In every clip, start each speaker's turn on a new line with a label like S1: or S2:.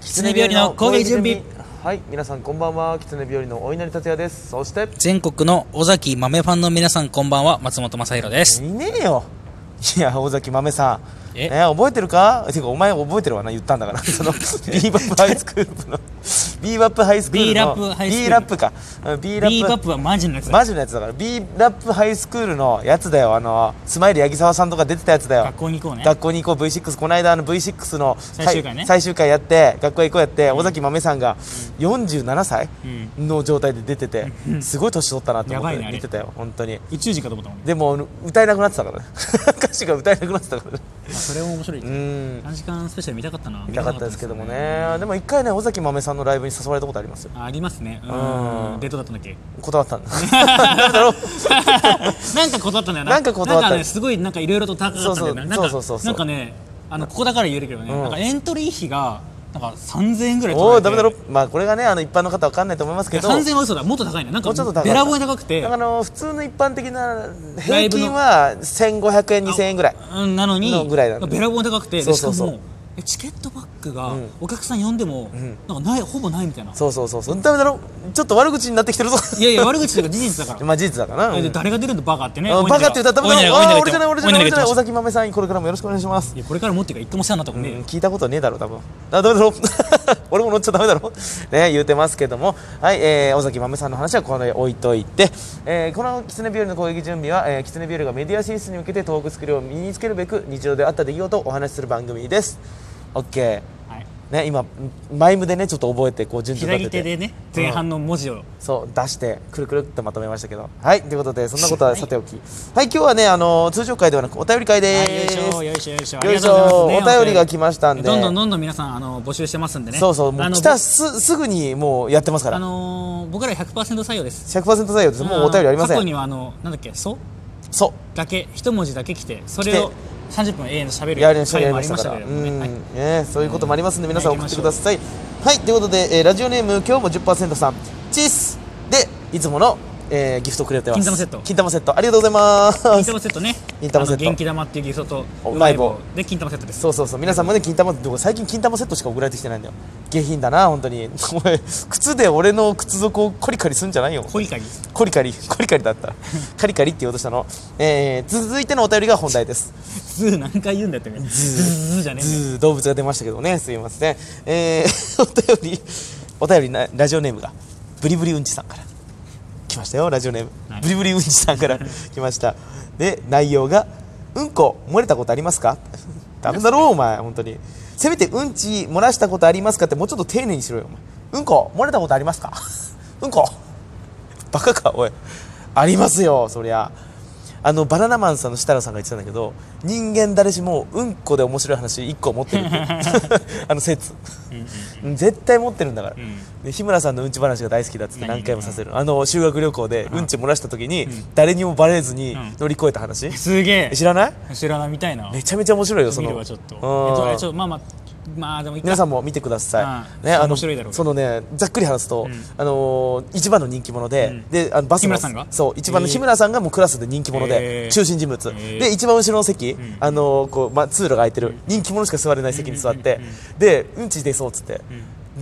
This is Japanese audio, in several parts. S1: 狐日和の攻撃準備
S2: はい皆さんこんばんは狐日和のお稲荷達也ですそして
S1: 全国の尾崎豆ファンの皆さんこんばんは松本正弘です
S2: いねえよいや尾崎豆さん
S1: え
S2: ね、覚えてるかてかお前覚えてるわな言ったんだから そのビーバップハイスクールのビーバップハイスクー
S1: ビー
S2: ルの
S1: ラップハイスクール
S2: ビーラップかうんビーラップ
S1: ビーバップはマジのやつだ
S2: マジのやつだから B ラップハイスクールのやつだよあのスマイル八木沢さんとか出てたやつだよ
S1: 学校に行こうね
S2: 学校に行こう V6 この間あの V6 の
S1: 最終回ね
S2: はい最終回やって学校へ行こうやって尾崎豆さんが47歳
S1: う
S2: の状態で出ててすごい年取ったなと思
S1: や
S2: っ
S1: ばいね
S2: て
S1: あれ
S2: 見てたよ本当に
S1: 宇宙人かと思ったもんね
S2: でもあの歌えなくなってたからね 歌詞が歌えなくなってたからね
S1: まあそれも面白いけ
S2: う
S1: ど
S2: ん
S1: 3時間スペシャル見たかったな
S2: 見
S1: 見
S2: たかったですけどもねでも一回ね尾崎豆さんのライブに誘われたことありますよ
S1: あありますねう
S2: うん
S1: んデートだったんだっ け
S2: 断ったんだダメ だろ
S1: なんか断ったんだよな
S2: なんか断った
S1: なんかねすごいなんかいろいろと高かったんだよななんか
S2: そうそうそうそうそう
S1: なんかねあのここだから言えるけどね
S2: うん
S1: なんかエントリー費がなんか3000円ぐらい取ら
S2: お
S1: れ
S2: お
S1: て
S2: ダメだろまあこれがねあの一般の方わかんないと思います
S1: い
S2: け
S1: や
S2: ど
S1: 3000円は嘘だもっと高いねなん
S2: も
S1: か
S2: うちょっと高い
S1: べらぼうに高くて
S2: だからあの普通の一般的な
S1: ラ
S2: 平
S1: イブ
S2: 均
S1: の
S2: は1500円2000円ぐらい
S1: うんなのに
S2: のぐらいなんだ
S1: べらぼうに高くてで
S2: そうそうそう
S1: しかもえチケットバッグが
S2: ん
S1: お客さん呼んでも、
S2: ん
S1: なんかないほぼないみたいな
S2: そうそうそうそうダメだろちょっと悪口になってきてるぞ
S1: いやいや悪口というか事実だから
S2: まあ事実だからな、
S1: え
S2: う
S1: で
S2: ん
S1: 誰が出るんだバカってね
S2: あバカって歌ったダメだろあー俺じゃない俺じゃない俺じゃない
S1: お
S2: 尾
S1: い
S2: 崎豆さんこれからもよろしくお願いします
S1: やこれから持ってるから一個も世話になったことねえ
S2: うん
S1: よ
S2: 聞いたことねえだろ多分あダメだろ 俺も乗っちゃダメだろね言うてますけどもはい、えー、尾崎豆さんの話はこの置いといて、えーこの狐日和の攻撃準備は、えー、狐日和がメディア進出に向けてトークスキルを身につけるべく日常であった出来事をお話しする番組です OK
S1: はい
S2: ね今マイムでねちょっと覚えてこう順調立
S1: 左
S2: て
S1: 手
S2: て
S1: でね前半の文字を
S2: そう出してくるくるっとまとめましたけどはいということでそんなことはさておきはい、今日はねあの通常会ではなくお便り会
S1: は
S2: で
S1: いよい
S2: す、
S1: しょよいしょよいしょあり
S2: よい
S1: が
S2: し
S1: とうございます
S2: ょ
S1: ね
S2: お便りが来ましたんで
S1: どんどんどんどん皆さんあの募集してますんでね
S2: そうそう、も
S1: あ
S2: う
S1: の
S2: 来たすすぐにもうやってますか
S1: あ
S2: ら。
S1: のー僕ら100%採用です
S2: 100%採用です。もうお便りありませ
S1: 過去
S2: ん。
S1: にはあのなんだっけそう
S2: そ
S1: だけ一文字だけ来てそれを30分永遠と喋
S2: う。やり
S1: る
S2: ました、
S1: 回も
S2: やり
S1: あ
S2: ま
S1: り
S2: し
S1: ま
S2: た
S1: し
S2: か
S1: た
S2: ら。
S1: けれ
S2: う
S1: どもね、
S2: ん
S1: はい、
S2: ね、そういうこともありますんで、皆さん
S1: はい
S2: 送ってください。はい、ということで、えーラジオネーム、今日も10%さん、チッスで、いつもの、えーギフトくれてま
S1: 金
S2: す。
S1: 玉セット
S2: 金玉セット、ありがとうございま
S1: 金
S2: す。
S1: 玉セットね
S2: 金玉セット
S1: あの元気玉っていうギフトと
S2: うまい棒
S1: で金玉セットです
S2: そうそうそう、皆さんもね、金玉、でも最近金玉セットしか送られてきてないんだよ。下品だな、本当に。 お前、靴で俺の靴底をコリコリすんじゃないよ。
S1: コリカリ
S2: コリカリ、コリカリだった。カリカリって言おうとしたの。えー続いてのお便りが本題です。
S1: ズー何回言うんだってねズーズーじゃねえんだよ
S2: ずー動物が出ましたけどねすいません、えー お便りお便りなラジオネームがブリブリうんちさんから来ましたよラジオネーム
S1: はい
S2: ブリブリうんちさんから来ましたで内容が「うんこ漏れたことありま すか? 」ダメだろうお前本当にせめてうんち漏らしたことありますかってもうちょっと丁寧にしろよお前うんこ漏れたことありますか うんこバカかおいありますよそりゃあのバナナマンさんの設楽さんが言ってたんだけど人間誰しもうんこで面白い話1個持ってるって あの説絶対持ってるんだから、で日村さんのうんち話が大好きだっつって何回もさせるあの修学旅行でうんち漏らした時に誰にもバレずに
S1: ん
S2: 乗り越えた話、
S1: すげ
S2: 知らない
S1: え知らないみたいな
S2: めちゃめちゃ面白いよそ
S1: 見
S2: の
S1: るわちょっとえっ
S2: うん
S1: とえちょっとまあまあまあでもいいか
S2: 皆さんも見てください。
S1: うん面白いだろうけど
S2: そのね、ざっくり話すと、あのー一番の人気者で、
S1: ん
S2: で、あのバスの
S1: 日村さんが
S2: そう、一番の
S1: えー
S2: 日村さんがもうクラスで人気者で、
S1: えー
S2: 中心人物、
S1: ー
S2: で、一番後ろの席、あのーこう、ま通路が空いてる、人気者しか座れない席に座って、で、うんち出そうっつって、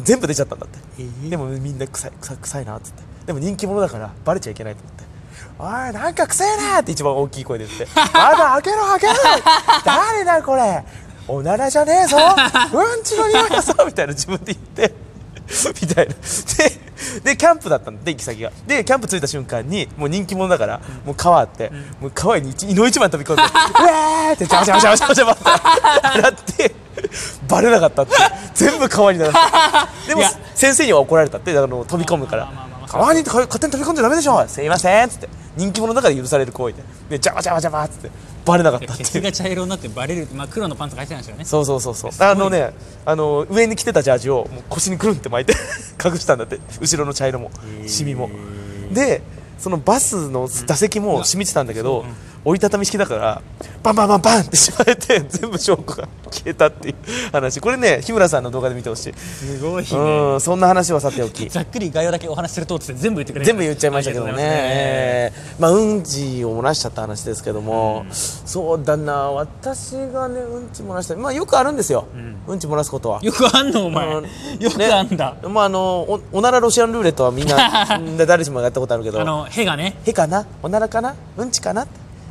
S2: 全部出ちゃったんだって。でもみんな臭い、臭い、臭いなっつって。でも人気者だから、バレちゃいけないと思って。おいなんか臭えなって一番大きい声で言 って「あだ開けろ開けろ誰だこれおならじゃねえぞうんちの匂いだぞ」みたいな自分で言って みたいなででキャンプだったんで行き先がでキャンプ着いた瞬間にもう人気者だからもう川あって、もう川に一いの一番飛び込んで「 うわ!」ってジャバジャバジャバジャバジャバって洗 ってバレなかったって全部川に流してでも
S1: いや
S2: 先生には怒られたってだからもう飛び込むから
S1: まあまあまあまあ
S2: 川にって勝手に飛び込んじゃダメでしょすいませんっつって人気者だから許される行為ででジャバジャバジャバっつってバレなかったっ
S1: ケツ
S2: ていう
S1: が茶色になってバレるまあ黒のパンツが入ってたんですよね
S2: そうそうそうそうあのねあの上に着てたジャージをもう腰にくるんって巻いて 隠したんだって後ろの茶色もシミもでそのバスの座席も染みてたんだけど、折りたたみ式だからバンバンバンバンってしまえて全部証拠が消えたっていう話これね日村さんの動画で見てほしい
S1: すごいね
S2: うんそんな話はさておき
S1: ざっくり概要だけお話しするとっつって全部言ってくれる
S2: 全部言っちゃいましたけどね
S1: ありがとうございます
S2: まあうんちを漏らしちゃった話ですけども、そうだな私がねうんち漏らしたまあよくあるんですよ、うん、ち漏らすことは
S1: よくあんのお前
S2: う
S1: よ
S2: ん
S1: くあんだ
S2: まああのおおならロシアンルーレットはみ んなうん誰しもやったことあるけ
S1: あ
S2: ど
S1: のへがね
S2: へかなおならかなうんちかな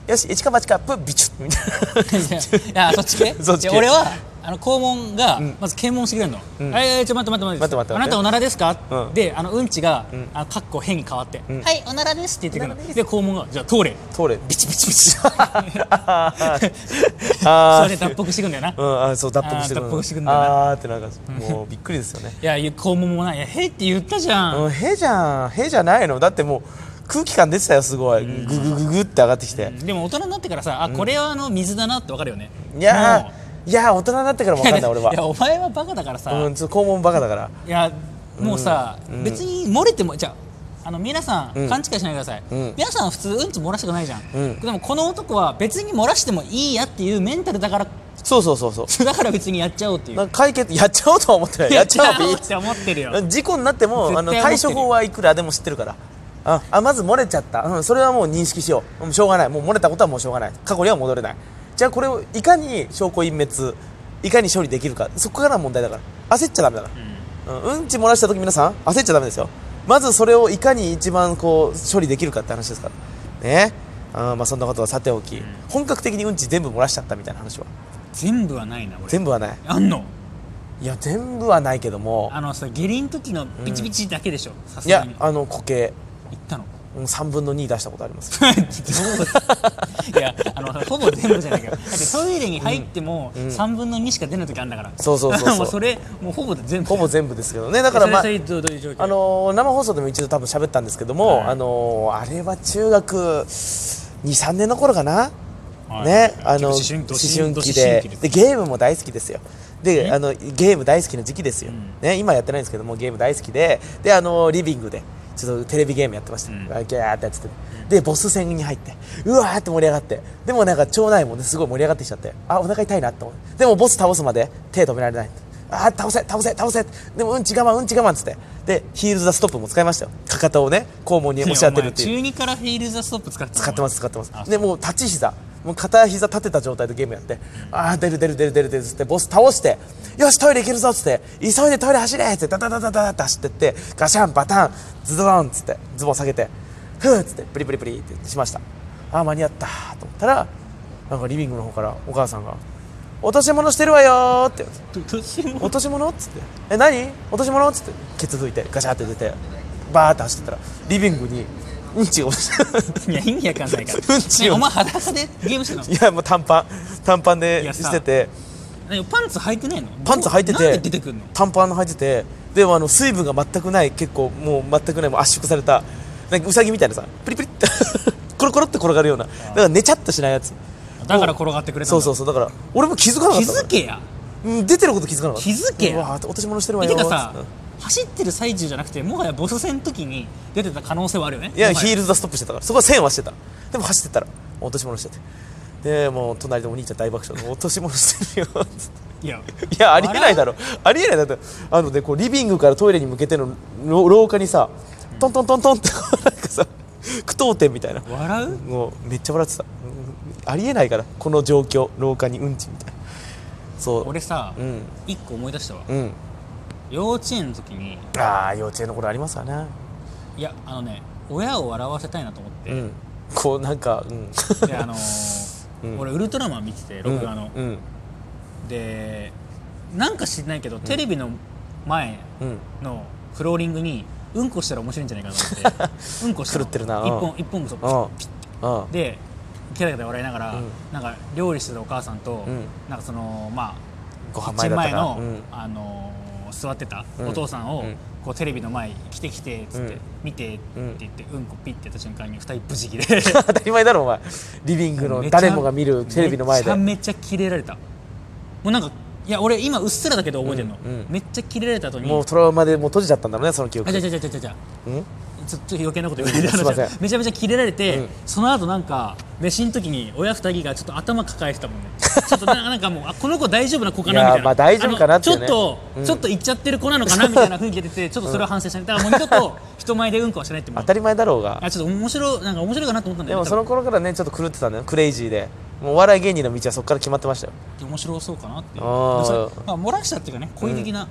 S2: よし一か八かプッビチュッみた
S1: い
S2: いな
S1: やそっち系
S2: そっち系
S1: いや俺はあの肛門がまず検問してくれるの「
S2: ん
S1: あいやいやちょっと待って待って
S2: 待って待って
S1: あなたおならですか
S2: うん
S1: であのうんちが「あかっこ変」変わって「はいおならです」って言ってくるので肛門が「じゃあ通 れ」
S2: 通れビチビ チビチあーあ
S1: そ
S2: ー
S1: れで脱北してくんだよな
S2: うん、あそう脱北してく
S1: あー
S2: る
S1: 脱北してくんだな
S2: あーってなんかもうびっくりですよね
S1: いや肛門もないいや「へ」って言ったじゃん
S2: うん、へじゃん、へじゃないの、だってもう空気感出てたよ、すごい、ぐぐぐぐって上がってきて。
S1: でも大人になってからさあこれはあの水だなってわかるよね
S2: いや
S1: も
S2: ー、いやー、大人になってから
S1: う
S2: も分かんない、俺
S1: いや
S2: は。
S1: お前はバカだからさ
S2: うん、ちょっと肛門バカだから。
S1: いやもうさ、別に漏れてもじゃああの皆さん、勘違いしないでください、
S2: ん
S1: 皆さん普通うんち漏らしたくないじゃん、
S2: うん
S1: でもこの男は別に漏らしてもいいやっていうメンタルだから
S2: そうそうそうそう。
S1: だから別にやっちゃおうっていう
S2: なんか解決、やっちゃおうとは思ってない。やっちゃおう
S1: やっ
S2: い
S1: ちって思ってるよ
S2: い。 事故になっても、あの
S1: 絶対思ってる
S2: 対処法はいくらでも知ってるから。ああまず漏れちゃった、うん、それはもう認識しよう、うん、しょうがないもう漏れたことはもうしょうがない過去には戻れないじゃあこれをいかに証拠隠滅いかに処理できるかそこからが問題だから焦っちゃダメだから、うん、うんち漏らした時皆さん焦っちゃダメですよまずそれをいかに一番こう処理できるかって話ですからねあーまあそんなことはさておき、本格的にうんち全部漏らしちゃったみたいな話は
S1: 全部はないな俺
S2: 全部はない
S1: あんの
S2: いや全部はないけども
S1: あのさ下痢の時のピチピチだけでしょさ
S2: い
S1: すが
S2: や
S1: に言
S2: あの固形
S1: ったの
S2: うん3分の2出したことあります
S1: どういやあのほぼ全部じゃないけどだってトイレに入っても3分の2しか出ない時あるんだから、
S2: そうそうそうそ う
S1: もうそれもうほぼ全部
S2: ほぼ全部ですけどねだからまあ
S1: それそれどうどういう状況
S2: あのー生放送でも一度多分喋ったんですけども、
S1: はい
S2: あのーあれは中学23年の頃かな、
S1: はい
S2: ねあの
S1: 思
S2: 思
S1: 春期思春
S2: 春期で
S1: 期です
S2: でゲームも大好きですよであのゲーム大好きな時期ですよ、ね、今やってないんですけどもゲーム大好きでで、あのーリビングでちょっとテレビゲームやってました、
S1: ん
S2: ギャーってやっててでボス戦に入ってうわーって盛り上がってでもなんか町内もねすごい盛り上がってきちゃってあお腹痛いなと思ってでもボス倒すまで手止められないあー倒せ倒せ倒せでもうんち我慢うんち我慢っつってでヒール・ザ・ストップも使いましたよかかとをね肛門に押し当てるっていう
S1: やお前中二からフィールザストップ使って
S2: 使ってますす使ってま
S1: あ
S2: すでもう立ち膝もう片膝立てた状態でゲームやってああ出る出る出る出る出るっつってボス倒してよしトイレ行けるぞっつって急いでトイレ走れっつってダダダダダダって走ってってガシャンバタンズドンっつってズボン下げてふーっつってプリプリプリってしましたああ間に合ったと思ったらなんかリビングの方からお母さんが「落とし物してるわよ」って言うんです
S1: 年も
S2: 落とし物っつって「え何落とし物?」っつってケツ拭いてガシャって出てバーって走ってったらリビングにうんちが落ちて
S1: いや意味わかんないから
S2: うんちを
S1: ねお前裸でゲームしてたの
S2: いやもう短パン短パン
S1: い
S2: で
S1: やさ
S2: してて
S1: 何パンツ履いてないの
S2: パンツ履いて
S1: なんで
S2: て
S1: 出てくんの
S2: 短パン履いててでもあの水分が全くない結構もう全くないもう圧縮されたなんかウサギみたいなさプリプリって コロコロって転がるようなだから寝ちゃったしないやつ
S1: だから転がってくれたんだ
S2: そうそうそうだから俺も気づかなか
S1: 気
S2: ったの
S1: づけや
S2: うん出てること気づかなかった
S1: 気づけ
S2: うわ落とし物してるわ
S1: て
S2: よ
S1: かさ
S2: うん
S1: 走ってる最中じゃなくてもはやボス戦の時に出てた可能性はあるよね
S2: いや
S1: もは
S2: ヒールズはストップしてたからそこは線はしてたでも走ってったら落とし物しててでもう隣でお兄ちゃん大爆笑落とし物してるよっつって
S1: いや
S2: いやありえないだろありえないだってあのねこうリビングからトイレに向けてのろ廊下にさトントントントンって こうなんかさ句読点みたいな
S1: 笑う
S2: もうめっちゃ笑ってたうんありえないからこの状況廊下にうんちみたいなそう
S1: 俺さ
S2: うん
S1: 一個思い出したわ
S2: うん
S1: 幼稚園の時に
S2: ああ幼稚園の頃ありますわね
S1: いやあのね親を笑わせたいなと思って
S2: うんこうなんかうん
S1: であのー
S2: うん
S1: 俺ウルトラマン見てて録画の、
S2: うん
S1: でなんか知んないけどテレビの前
S2: うん
S1: のフローリングにうんこしたら面白いんじゃないかなと思って うんこしたの
S2: 狂ってるなうん
S1: 一本一本嘘
S2: うんうんうん
S1: でケラケラ笑いながら、
S2: うん
S1: なんか料理してたお母さんと、
S2: うん
S1: なんかそのま
S2: ご
S1: あ
S2: 飯
S1: 一人
S2: 前だった
S1: 前
S2: か
S1: の、
S2: うん
S1: あのー座ってた
S2: うん
S1: お父さんを、
S2: うん
S1: こうテレビの前に来て来てっつって、
S2: うん
S1: 見てって言って、うん、こピッてやった瞬間に二人無事切れ
S2: 当たり前だろお前リビングの誰もが見るテレビの前で
S1: めちゃめちゃキレられたもうなんかいや俺今うっすらだけど覚えてるの、
S2: うんうん
S1: めっちゃキレられた後に
S2: もうトラウマでもう閉じちゃったんだろうねその記憶
S1: あじゃじゃじゃじゃじゃ
S2: うん
S1: ちょっと余計なこと言われて
S2: うんすいません
S1: めちゃめちゃキレられて、
S2: うん
S1: その後なんか飯の時に親二人がちょっと頭抱えてたもんねちょっとななんかもうあこの子大丈夫な子かないみ
S2: や
S1: たいな
S2: まあ大丈夫かなっていうね
S1: あのちょっと、
S2: うん
S1: ちょっと行っちゃってる子なのかなみたいな雰囲気出ててちょっとそれは反省したねだからもう二度と人前でうんこはしないっても
S2: 当
S1: う
S2: たり前だろうが
S1: あちょっと面白いなんか面白いかなと思ったんだ
S2: で
S1: よ
S2: も
S1: ね
S2: その頃からねちょっと狂ってたんだよクレイジーでもうお笑い芸人の道はそこから決まってましたよ
S1: 多分面白そうかなっていう
S2: あー
S1: それまあ、漏らしたっていうかね故意的な、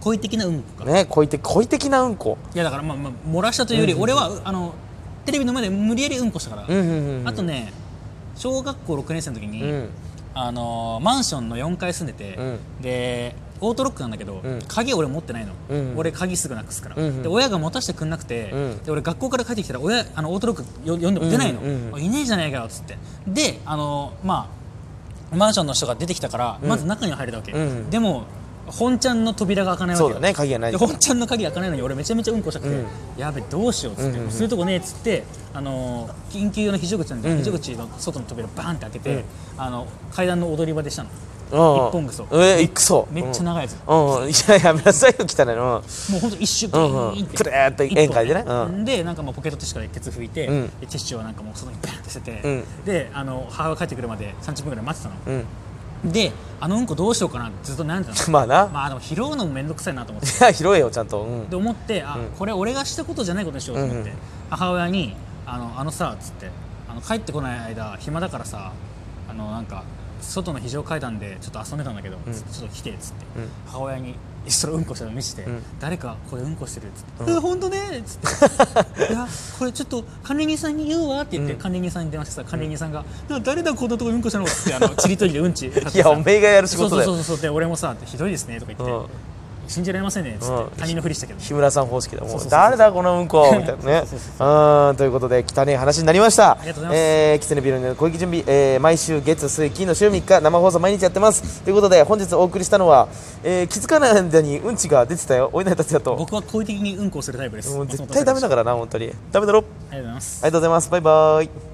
S1: 故意的なうんこか
S2: ね故意的故意的なうんこ
S1: いやだからまあ、まあ、漏らしたというより、俺はあのテレビの前で無理やりうんこしたから、
S2: うんうんうんうん
S1: あとね小学校6年生の時に、
S2: うん
S1: あのーマンションの4階住んでて、
S2: うん
S1: でオートロックなんだけど、
S2: うん
S1: 鍵俺持ってないの、
S2: うんうん
S1: 俺鍵すぐなくすから、
S2: うんうん
S1: で親が持たせてくんなくて、
S2: うん
S1: で俺学校から帰ってきたら親あのオートロックよ呼んでも出ないの、
S2: うんうんうん
S1: おいいねえじゃないかよっつってであのーまあマンションの人が出てきたから、まず中には入れたわけ、
S2: うんうん
S1: でも本ちゃんの扉が開かないわけよ
S2: そうだね鍵がない
S1: で本ちゃんの鍵開かないのに俺めちゃめちゃうんこしたくて、
S2: うん
S1: やべどうしようっつって、
S2: うんうんうん
S1: そういうとこねえっつってあのー緊急用の非常口なんで、
S2: うん
S1: 非常口の外の扉バーンって開けて、
S2: うん
S1: あの階段の踊り場でしたの
S2: 一
S1: 本ぐそ
S2: えくそ
S1: めっちゃ長いやつ、
S2: うんうんいややめなさいよ汚いの
S1: もうほんと一瞬
S2: うんうん
S1: ビーンって
S2: プレーっと宴会でね
S1: 一本
S2: う
S1: でなんかもうポケットティッシュからケツ拭いて、
S2: うん
S1: でティッシュをなんかもう外にバーンって捨てて、
S2: うん
S1: であの母が帰ってくるまで30分ぐらい待ってたの、
S2: うん
S1: であのうんこどうしようかなってずっと悩んでた の
S2: まあな
S1: まあでも拾うのも面倒くさいなと思って
S2: 拾えよちゃんとうん
S1: で思ってあ、
S2: うん
S1: これ俺がしたことじゃないことにしようと思って、
S2: うんうん
S1: 母親に「あのあのさ」っつってあの「帰ってこない間暇だからさあのなんか外の非常階段でちょっと遊んでたんだけど、
S2: ん
S1: ちょっと来て」っつって、
S2: うん
S1: 母親に「それうんこしたの見せて、
S2: うん
S1: 誰かこれうんこしてる」っつって「えほんとね」っつって「いやこれちょっと管理人さんに言うわ」って言って、管理人さんに電話してさ管理人さんが「な誰だこんなとこにうんこしたの?」っつってあのちりとりでうんち
S2: いやおめえがやる仕
S1: そうそ
S2: 事
S1: う
S2: だ
S1: そう
S2: よ
S1: そうで俺もさ「ひどいですね」とか言って、
S2: うん
S1: 信じられませんね」っつって、
S2: うん
S1: 他人のふりしたけど
S2: 日村さん方式だも
S1: そうそう
S2: う
S1: そう
S2: 誰だこのうんこみたいな ねうーんということで汚い話になりました
S1: りがとうございます
S2: えーキツネビルの小池準備えー毎週月水金の週3日生放送毎日やってますということで本日お送りしたのはえー気づかない間にうんちが出てたよお稲荷達也と
S1: 僕は好意的にうんこをするタイプです。
S2: もう絶
S1: 松本
S2: 対ダメ
S1: さん
S2: だからな本当にダメだろ
S1: ありがとうございます。
S2: ありがとうございますバイバイ